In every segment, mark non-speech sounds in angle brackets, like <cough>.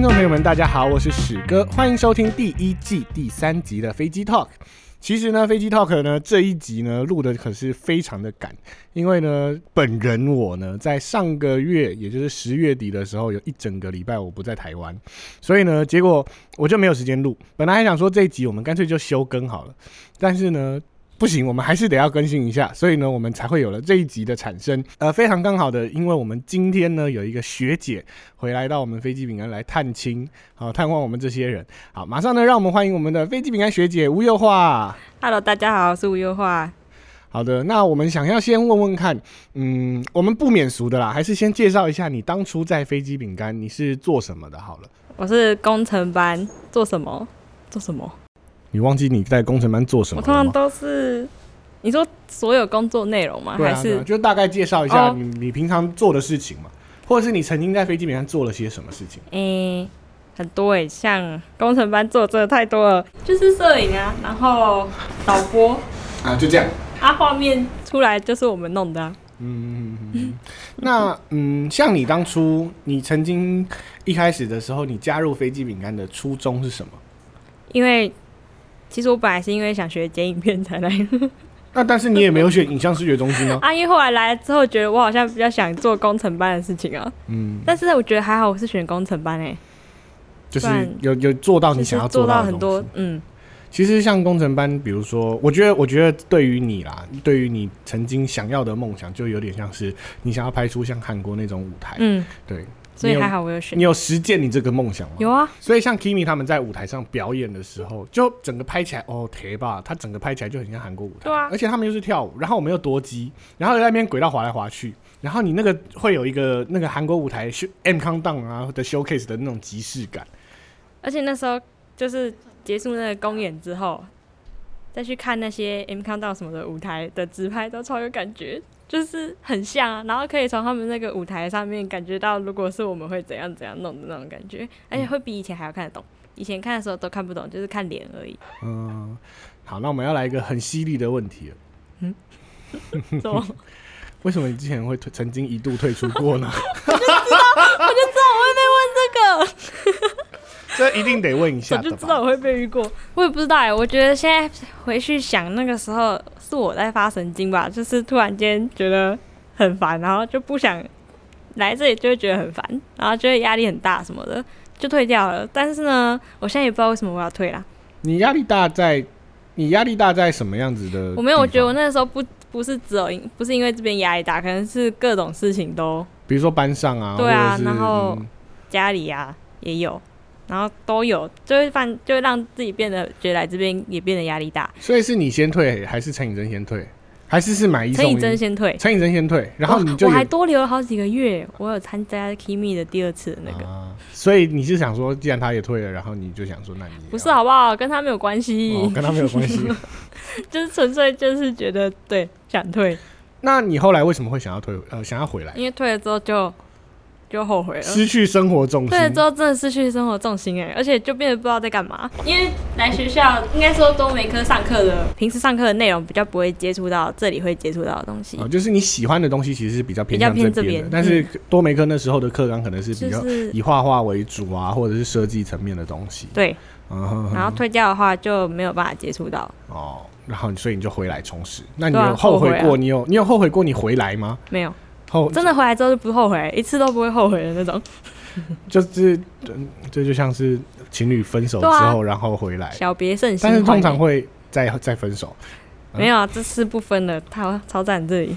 众朋友们，大家好，我是史哥，欢迎收听第一季第三集的飞机 Talk。其实呢，飞机 Talk 呢这一集呢录的可是非常的赶，因为呢，本人我呢在上个月，也就是十月底的时候，有一整个礼拜我不在台湾，所以呢，结果我就没有时间录。本来还想说这一集我们干脆就休更好了，但是呢，不行，我们还是得要更新一下，所以呢，我们才会有了这一集的产生。呃，非常刚好的，因为我们今天呢有一个学姐回来到我们飞机饼干来探亲，好、探望我们这些人。好，马上呢，让我们欢迎我们的飞机饼干学姐吴幼化。 Hello，大家好，我是吴优化。好的，那我们想要先问问看，嗯，我们不免俗的啦，还是先介绍一下你当初在飞机饼干你是做什么的？好了，我是工程班，做什么？做什么？你忘记你在工程班做什我么通了常吗？都是你说所有工作内容吗？对啊还，对啊是就大概介绍一下哦你、你平常做的事情嘛，或者是你曾经在飞机饼干做了些什么事情。诶、很多诶、像工程班做真的太多了，就是摄影啊，然后导播啊，就这样。啊，画面出来就是我们弄的、啊。嗯，嗯嗯嗯那嗯，像你当初，你曾经一开始的时候，你加入飞机饼干的初衷是什么？因为其实我本来是因为想学剪影片才来 <laughs> 那但是你也没有选影像视觉中心哦。啊，因为后来来了之后觉得我好像比较想做工程班的事情啊， <laughs> 嗯，但是我觉得还好我是选工程班诶、就是不然有有做哦到你就是想要做到到的很东西多嗯。其实像工程班，比如说，我觉得，我觉得对于你啦，对于你曾经想要的梦想，就有点像是你想要拍出像韩国那种舞台。嗯，对，所以你有还好我有选你。有实践你这个梦想吗？有啊，所以像 Kimi 他们在舞台上表演的时候，就整个拍起来哦，铁吧，他整个拍起来就很像韩国舞台。对啊而且他们又是跳舞，然后我们又多机，然后在那边轨道滑来滑去，然后你那个会有一个那个韩国舞台 show- M countdown 啊的 showcase 的那种即视感。而且那时候就是结束那个公演之后，再去看那些 M 康道什么的舞台的直拍，都超有感觉，就是很像啊。然后可以从他们那个舞台上面感觉到，如果是我们会怎样怎样弄的那种感嗯觉，而且会比以前还要看得懂。以前看的时候都看不懂，就是看脸 <laughs> 而已。嗯，好，那我们要来一个很犀利的问题了。怎么？为什么你之前会退曾经一度退出过 <laughs> 呢？我就知道我会被问这个。这一定得问一下我的就知吧道？我会被遇过，我也不知道哎、我觉得现在回去想那个时候是我在发神经吧，就是突然间觉得很烦，然后就不想来这里，就会觉得很烦，然后就会压力很大什么的，就退掉了。但是呢，我现在也不知道为什么我要退啦。你压力大在，你压力大在什么样子的地方？我没有，我觉得我那时候不不是只有因不是因为这边压力大，可能是各种事情都比如说班上啊，对啊或者是然后嗯家里啊也有。然后都有，就会犯，就会让自己变得觉得来这边也变得压力大。所以是你先退，还是陈以真先退，还是是买一陈送以一？真先退，陈以真先退，然后你就哦我我还有多留了好几个月，我有参加 Kimi 的第二次的那个，啊，所以你是想说，既然他也退了，然后你就想说，那你也要哦不是好啊不好？跟他没有关系，哦，跟他没有关系。 <laughs> 就是纯粹就是觉得对想退，那你后来为什么会想要退？呃，想要回来，因为退了之后就就后悔了。失去生活重退了心之。后真的失去生活重心哎，而且就变得不知道在干嘛。因为来学校应该说都没科上课的，平时上课的内容比较不会接触到这里会接触到的东西，哦，就是你喜欢的东西其实是比较偏向比较偏这这边的，边嗯但是多梅科那时候的课纲可能是比就较是以画画为主啊，或者是设计层面的东西。对。嗯哼哼然后退掉的话就没有办法接触到，哦，然后所以你就回来充实。那你对啊有后悔后悔过？啊你有你有后悔过你回来吗？没有后真的回来之后就不后悔，一次都不会后悔的那种。就是嗯这就像是情侣分手之对啊后，然后回来，小别胜新哎但是婚欸。通常会再再分手。没有啊，这次不分了，他超赞这里。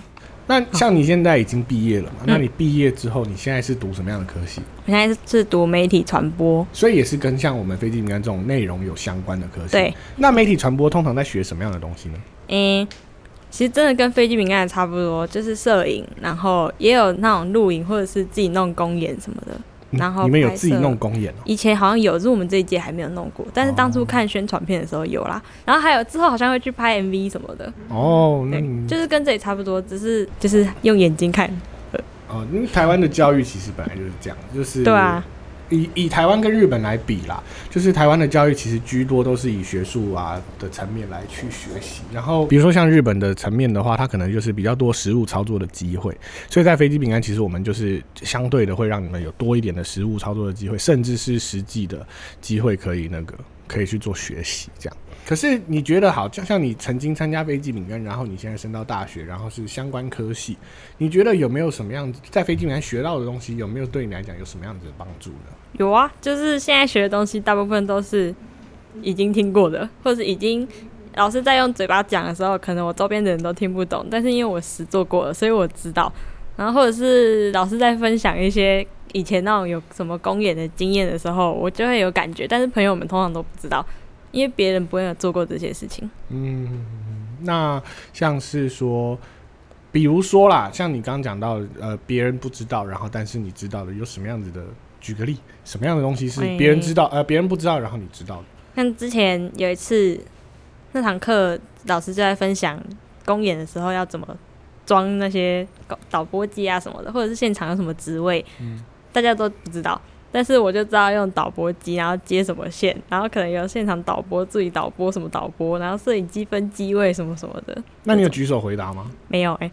那嗯像你现在已经毕业了嘛？那你毕业之后，你现在是读什么样的科系？我现在是是读媒体传播，所以也是跟像我们飞机饼干这种内容有相关的科系。对。那媒体传播通常在学什么样的东西呢？诶、其实真的跟飞机饼干也差不多，就是摄影，然后也有那种录影或者是自己弄公演什么的。嗯然后你们有拍摄自己弄公演哦、以前好像有，是我们这一届还没有弄过，但是当初看宣传片的时候有啦。然后还有之后好像会去拍 MV 什么的，哦，那对，你就是跟这里差不多，只是就是用眼睛看。哦，因为台湾的教育其实本来就是这样，就是对啊，以以台湾跟日本来比啦，就是台湾的教育其实居多都是以学术啊的层面来去学习，然后比如说像日本的层面的话，它可能就是比较多实物操作的机会，所以在飞机饼干其实我们就是相对的会让你们有多一点的实物操作的机会，甚至是实际的机会可以那个可以去做学习这样。可是你觉得好，就像你曾经参加飞机饼干，然后你现在升到大学，然后是相关科系，你觉得有没有什么样子在飞机饼干学到的东西，有没有对你来讲有什么样子的帮助呢？有啊，就是现在学的东西大部分都是已经听过的，或者已经老师在用嘴巴讲的时候，可能我周边的人都听不懂，但是因为我实做过了，所以我知道。然后或者是老师在分享一些以前那种有什么公演的经验的时候，我就会有感觉，但是朋友们通常都不知道，因为别人不会有做过这些事情。嗯，那像是说，比如说啦，像你刚刚讲到，呃，别人不知道，然后但是你知道的，有什么样子的？举个例，什么样的东西是哎别人知道，呃，别人不知道，然后你知道的？像之前有一次，那堂课老师就在分享公演的时候要怎么装那些搞导播机啊什么的，或者是现场有什么职位，嗯大家都不知道。但是我就知道用导播机，然后接什么线，然后可能有现场导播、助理导播什么导播，然后摄影机分机位什么什么的。那你有举手回答吗？没有哎、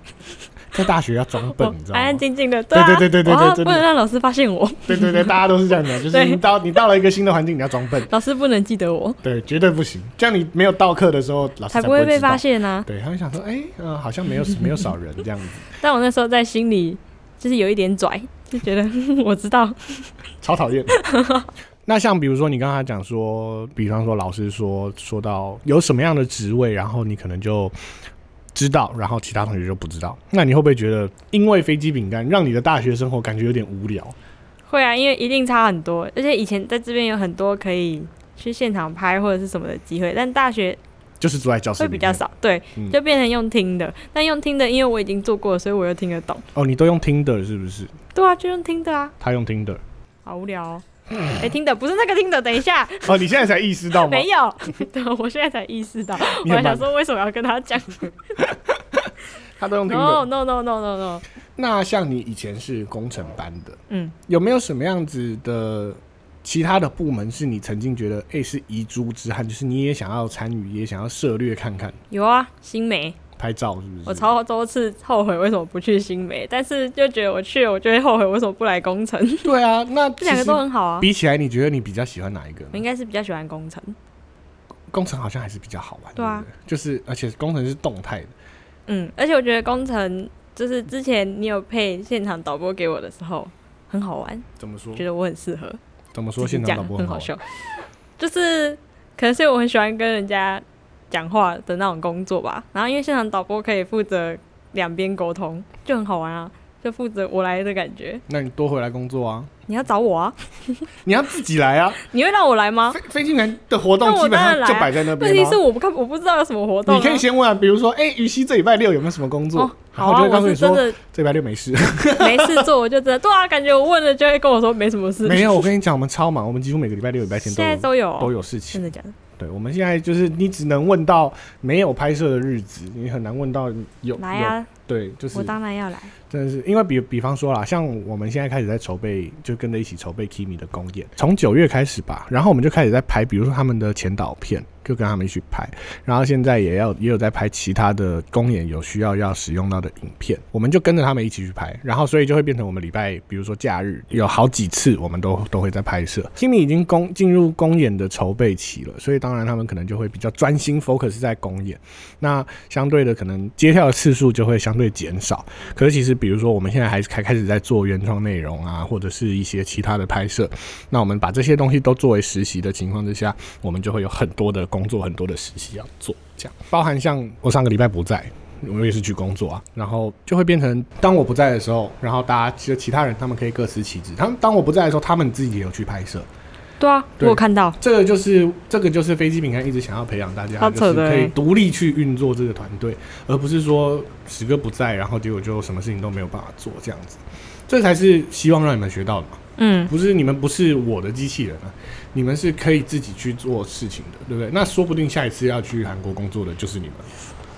在大学要装我笨，你知道安安吗？静静的，对啊，对对对对我要真的不能让老师发现我， <laughs> 对对对，大家都是这样的，就是对你到你到了一个新的环境，你要装笨，老师不能记得我，对，绝对不行。这样你没有到课的时候，老师才不不会被知道发。现啊。对，他会想说，哎、嗯、好像没有没有少人这样子，但我那时候在心里就是有一点拽，就觉得我知道，超讨厌。 <laughs> 那像比如说你刚才讲说，比方说老师说说到有什么样的职位，然后你可能就知道，然后其他同学就不知道，那你会不会觉得因为飞机饼干让你的大学生活感觉有点无聊？会啊，因为一定差很多，而且以前在这边有很多可以去现场拍或者是什么的机会，但大学就是坐在教室会里比面较少，对嗯，就变成用听的。但用听的，因为我已经做过了，所以我又听得懂。哦，你都用听的是不是？对啊，就用听的啊，他用听的好无聊哦。 <laughs> 哎、听的不是那个听的，等一下，哦，你现在才意识到吗？ <laughs> 没有， <laughs> 对，我现在才意识到，我你很还想慢，说为什么要跟他讲他哦都用听的。 ？No No No No No No，那像你以前是工程班的，嗯，有没有什么样子的其他的部门是你曾经觉得哎、诶是遗珠之憾，就是你也想要参与，也想要涉略看看有啊，新梅，拍照是不是？我超多次后悔为什么不去新美，但是就觉得我去了，我就会后悔为什么不来工程。对啊，那这两其个实都很好嗯啊，比起来，你觉得你比较喜欢哪一个呢我应该是比较喜欢工程。工程好像还是比较好玩，对啊不对，就是而且工程是动态的，嗯，而且我觉得工程就是之前你有配现场导播给我的时候，很好玩，怎么说觉？得我很适合。怎么自说？嗯己现场导讲播很好啊好玩，笑，就是可能是我很喜欢跟人家讲话的那种工作吧。然后因为现场导播可以负责两边沟通，就很好玩啊，就负责我来的感觉。那你多回来工作啊，你要找我啊？你要自己来啊。 <laughs> 你会让我来吗？飞飞行员的活动那我基本当上然来就啊摆在那边、啊。问题是我不看，我不知道有什么活动、啊。你可以先问啊，比如说，哎、于西这礼拜六有没有什么工作？哦，然后好啊，就会告诉我你是真说，的这礼拜六没 <laughs> 事。没事做，我就真的对啊，感觉我问了就会跟我说没什么事。没有，我跟你讲，我们超忙，我们几乎每个礼拜六、礼拜天现都有在都哦有都有事真情。的假的？对，我们现在就是你只能问到没有拍摄的日子，你很难问到有来有啊，对，就是我当然要来。真的是因为比比方说啦，像我们现在开始在筹备，就跟着一起筹备 Kimi 的公演，从九月开始吧，然后我们就开始在拍，比如说他们的前导片，就跟他们一起拍，然后现在也要也有在拍其他的公演有需要要使用到的影片，我们就跟着他们一起去拍，然后所以就会变成我们礼拜，比如说假日有好几次我们都都会在拍摄。Kimi 已经公进入公演的筹备期了，所以当然他们可能就会比较专心 focus 在公演，那相对的可能接跳的次数就会相对减少。可是其实，比如说我们现在还是开开始在做原创内容啊，或者是一些其他的拍摄，那我们把这些东西都作为实习的情况之下，我们就会有很多的工作，很多的实习要做，这样包含像我上个礼拜不在。我也是去工作啊，然后就会变成当我不在的时候，然后大家其实其他人他们可以各司其职。他们当我不在的时候，他们自己也有去拍摄，对啊，我对有看到，这个就是这个就是飞机饼干一直想要培养大家，好就是扯的可欸以独立去运作这个团队，而不是说十个不在，然后结果就什么事情都没有办法做这样子。这才是希望让你们学到的嘛，嗯，不是你们不是我的机器人啊，你们是可以自己去做事情的，对不对？那说不定下一次要去韩国工作的就是你们。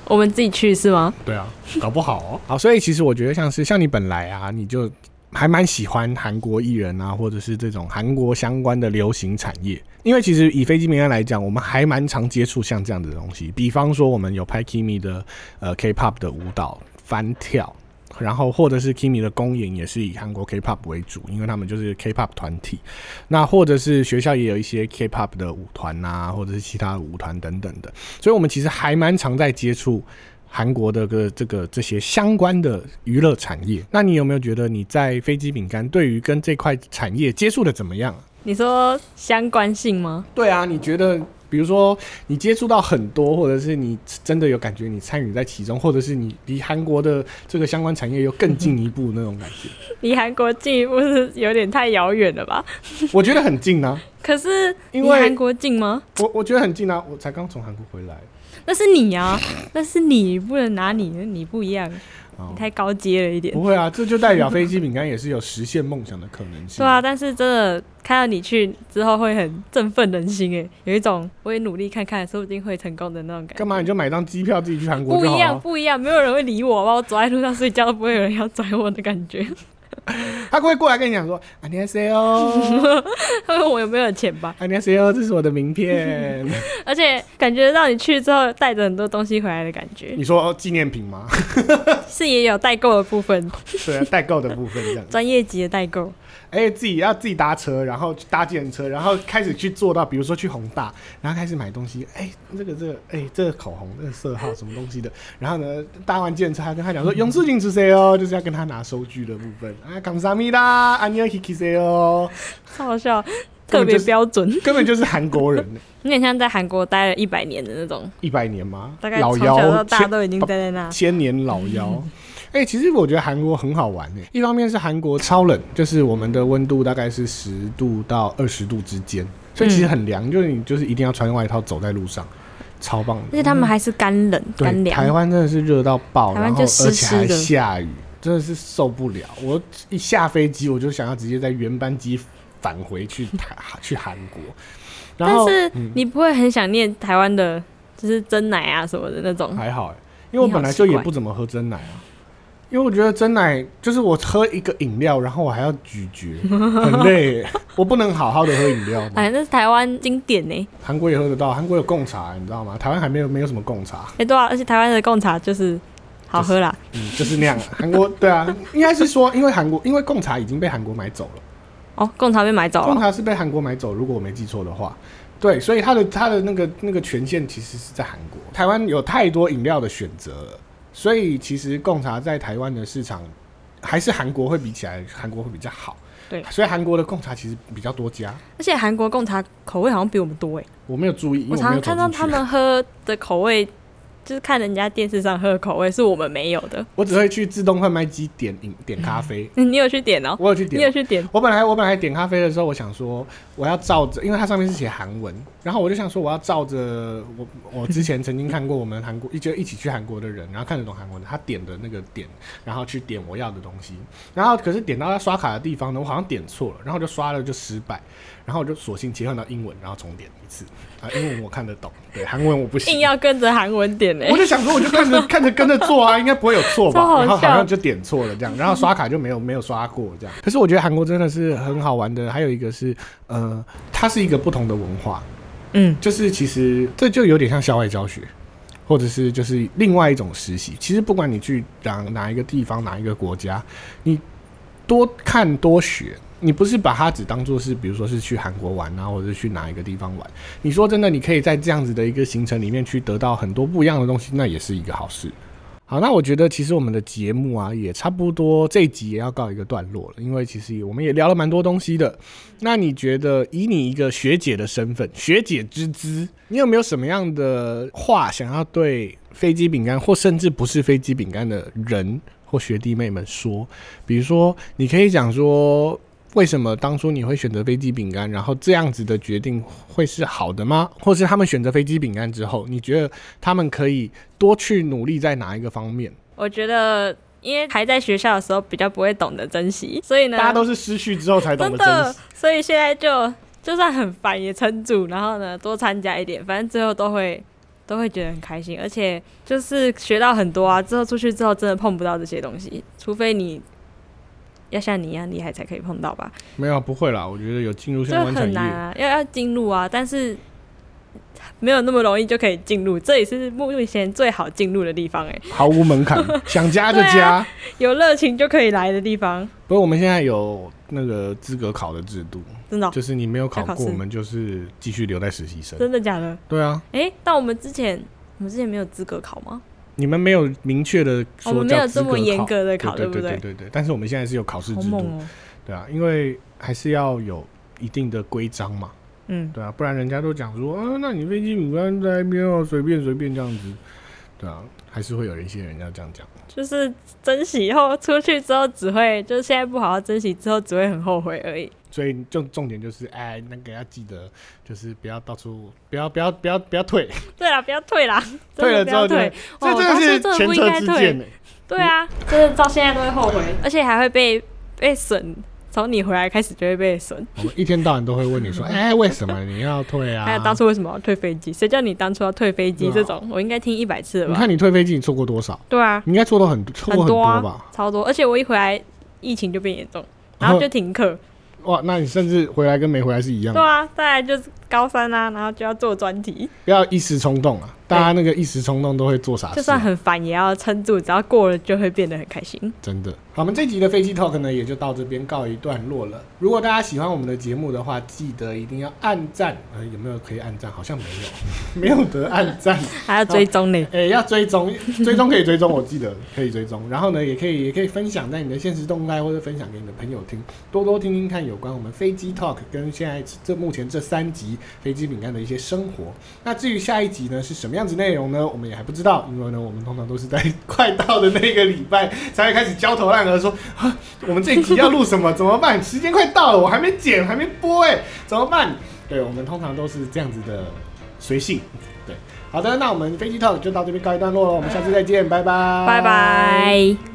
我们自己去是吗？对啊，搞不好哦。好，所以其实我觉得像是像你本来啊，你就还蛮喜欢韩国艺人啊，或者是这种韩国相关的流行产业，因为其实以飞机名单来讲，我们还蛮常接触像这样的东西，比方说我们有拍 Kimi 的呃 K-pop 的舞蹈翻跳。然后，或者是 Kimi 的公演也是以韩国 K-pop 为主，因为他们就是 K-pop 团体。那或者是学校也有一些 K-pop 的舞团啊，或者是其他的舞团等等的。所以我们其实还蛮常在接触韩国的个这个这些相关的娱乐产业。那你有没有觉得你在飞机饼干对于跟这块产业接触的怎么样啊？你说相关性吗？对啊，你觉得比如说你接触到很多，或者是你真的有感觉你参与在其中，或者是你离韩国的这个相关产业又更进一步那种 <laughs> 感觉？离韩国进一步是有点太遥远了吧？我觉得很近啊，可是因离为韩国近吗？我我觉得很近啊，我才刚从韩国回来。那是你啊，那是你，不能拿你，你不一样，哦你太高阶了一点不。会啊，这就代表飞机饼干也是有实现梦想的可能性。 <laughs> 对啊，但是真的看到你去之后会很振奋人心诶，有一种我也努力看看，说不定会成功的那种感觉。干嘛你就买张机票自己去韩国不就好啊一了样，不一样，没有人会理我吧？我走在路上睡觉都不会有人要拽我的感觉。他会过来跟你讲说안녕하세요，他问 <laughs> 我有没有钱吧？ 안녕하세요，这是我的名片。而且感觉到你去之后带着很多东西回来的感 <laughs> 觉，你说哦纪念品 <laughs> 吗？是也有代购的部分，对啊，代购的部分这样。 <laughs> 专业级的代购。哎、自己要自己搭车，然后去搭计程车，然后开始去做到，比如说去宏大，然后开始买东西，哎、这个这个，哎、这个口红，这个色号什么东西的，然后呢，搭完计程车还跟他讲说，勇士进吃谁哦，就是要跟他拿收据的部分啊，감사합니다，안녕히계세요，超 <laughs> 好笑，根特本别就是标准，哦根本就是韩国 <laughs> 人，有点像在韩国待了一百年的那种，一百年吗？大概老从小到妖大都已经待在那。千年老妖。哎、其实我觉得韩国很好玩诶、哎一方面是韩国超冷，就是我们的温度大概是十度到二十度之间，所以其实很嗯凉，就是你就是一定要穿外套走在路上，超棒而的。且他们还是干冷、干对，凉，台湾真的是热到爆，台湾然后就湿而且还湿的下雨，真的是受不了。我一下飞机我就想要直接在原班机返回去台 <laughs> 去韩国，然但后是嗯你不会很想念台湾的，就是真奶啊什么的那种。还好哎、因为我本来就也不怎么喝真奶啊，因为我觉得真奶就是我喝一个饮料，然后我还要咀嚼，很累欸、我不能好好的喝饮料吗。哎，那是台湾经典呢、欸。韩国也喝得到，韩国有贡茶、你知道吗？台湾还没有没有什么贡茶，哎、对啊，而且台湾的贡茶就是好喝啦。嗯，就是那样啊。韩国对啊，应该是说因为韩国因为贡茶已经被韩国买走了，哦，贡茶被买走贡了。茶是被韩国买走，如果我没记错的话。对，所以它的它的那个那个权限其实是在韩国，台湾有太多饮料的选择了，所以其实贡茶在台湾的市场还是韩国会比起来，韩国会比较好。对所以韩国的贡茶其实比较多家，而且韩国贡茶口味好像比我们多哎、我没有注意，因为我我没常有常走看到进去。啊他们喝的口味， <laughs> 就是看人家电视上喝的口味是我们没有的。 <laughs> 我只会去自动贩卖机点饮点咖啡，你有去点哦、我有去你有点。<laughs> 去点？我本来我本来点咖啡的时候，我想说我要照着，因为它上面是写韩文，然后我就想说我要照着 <laughs> 我我之前曾经看过我们韩国一就一起去韩国的人，然后看得懂韩文的，他点的那个点，然后去点我要的东西，然后可是点到他刷卡的地方呢，我好像点错了，然后就刷了就失败，然后我就索性切换到英文，然后重点一次啊，英文我看得懂，对韩文我不行硬。要跟着韩文点呢、我就想说，我就 <laughs> 看着看着跟着做啊，应该不会有错吧超？好然后好笑像就点错了这样，然后刷卡就没有没有刷过这样。可是我觉得韩国真的是很好玩的，还有一个是呃，它是一个不同的文化，嗯，就是其实这就有点像校外教学，或者是就是另外一种实习。其实不管你去哪哪一个地方哪一个国家，你多看多学。你不是把它只当做是，比如说是去韩国玩啊，或者是去哪一个地方玩。啊你说真的，你可以在这样子的一个行程里面去得到很多不一样的东西，那也是一个好事。好，那我觉得其实我们的节目啊，也差不多这一集也要告一个段落了，因为其实我们也聊了蛮多东西的。那你觉得以你一个学姐的身份，学姐之资，你有没有什么样的话想要对飞机饼干，或甚至不是飞机饼干的人或学弟妹们说？比如说，你可以讲说。为什么当初你会选择飞机饼干？然后这样子的决定会是好的吗？或是他们选择飞机饼干之后，你觉得他们可以多去努力在哪一个方面？我觉得因为还在学校的时候比较不会懂得珍惜，所以呢，大家都是失去之后才懂真得珍的惜。，所以现在就就算很烦也撑住，然后呢多参加一点，反正最后都会都会觉得很开心，而且就是学到很多啊。之后出去之后真的碰不到这些东西，除非你。要像你一样厉害才可以碰到吧？没有不会啦，我觉得有进入这相关产很难业，啊，要要进入啊，但是没有那么容易就可以进入，这也是目前最好进入的地方哎、毫无门 <laughs> 槛，想加就对加。啊有热情就可以来的地方，不过我们现在有那个资格考的制度，真的哦、就是你没有考要考过，试我们就是继续留在实习生。真的假的？对啊，哎、但我们之前我们之前没有资格考吗？你们没有明确的我说们没有叫资这么格严考格的考，对不对对？对对。但是我们现在是有考试好制猛度，哦、对啊，因为还是要有一定的规章嘛，嗯，对啊，不然人家都讲说啊，那你飞机母班在那边哦，随便随便这样子，对啊，还是会有一些人要这样讲。就是珍惜以后出去之后只会，就是现在不好好珍惜之后只会很后悔而已。所以重重点就是，哎，那个要记得，就是不要到处不要不要不要不要退，对啦，不要退啦，退了真之后的不要就退会，这哇我真的当初是真的前不应车该之退鉴呢。欸对啊，真的到现在都会后悔，而且还会被被损。从你回来开始就会被损，我们一天到晚都会问你说，哎，为什么你要退啊？还有当初为什么要退飞机？谁叫你当初要退飞机？对这啊种我应该听一百次了你吧？看你退飞机，你错过多少？对啊，你应该错过很错过很多多啊吧？超多。而且我一回来，疫情就变严重，然后就停课。哇，那你甚至回来跟没回来是一样对的。啊，再来就是高三啊，然后就要做专题，不要一时冲动啊！大家那个一时冲动都会做傻事。就算很烦也要撑住，只要过了就会变得很开心。真的。好，我们这集的飞机 talk 呢，也就到这边告一段落了。如果大家喜欢我们的节目的话，记得一定要按赞。呃，有没有可以按赞？好像没有， <laughs> 没有得按赞。还要追踪呢，哎、要追踪，追踪可以追踪，我记得可以追踪。然后呢，也可以也可以分享在你的现实动态，或者分享给你的朋友听，多多听听看有关我们飞机 Talk 跟现在这目前这三集飞机饼干的一些生活。那至于下一集呢是什么样子内容呢，我们也还不知道，因为呢我们通常都是在 <laughs> 快到的那个礼拜才会开始焦头烂额说，啊我们这一集要录什么，怎么办？时间快到了，我还没剪，还没播、哎，怎么办？对我们通常都是这样子的随性。对，好的，那我们飞机 talk 就到这边告一段落了，我们下次再见，拜拜，拜拜。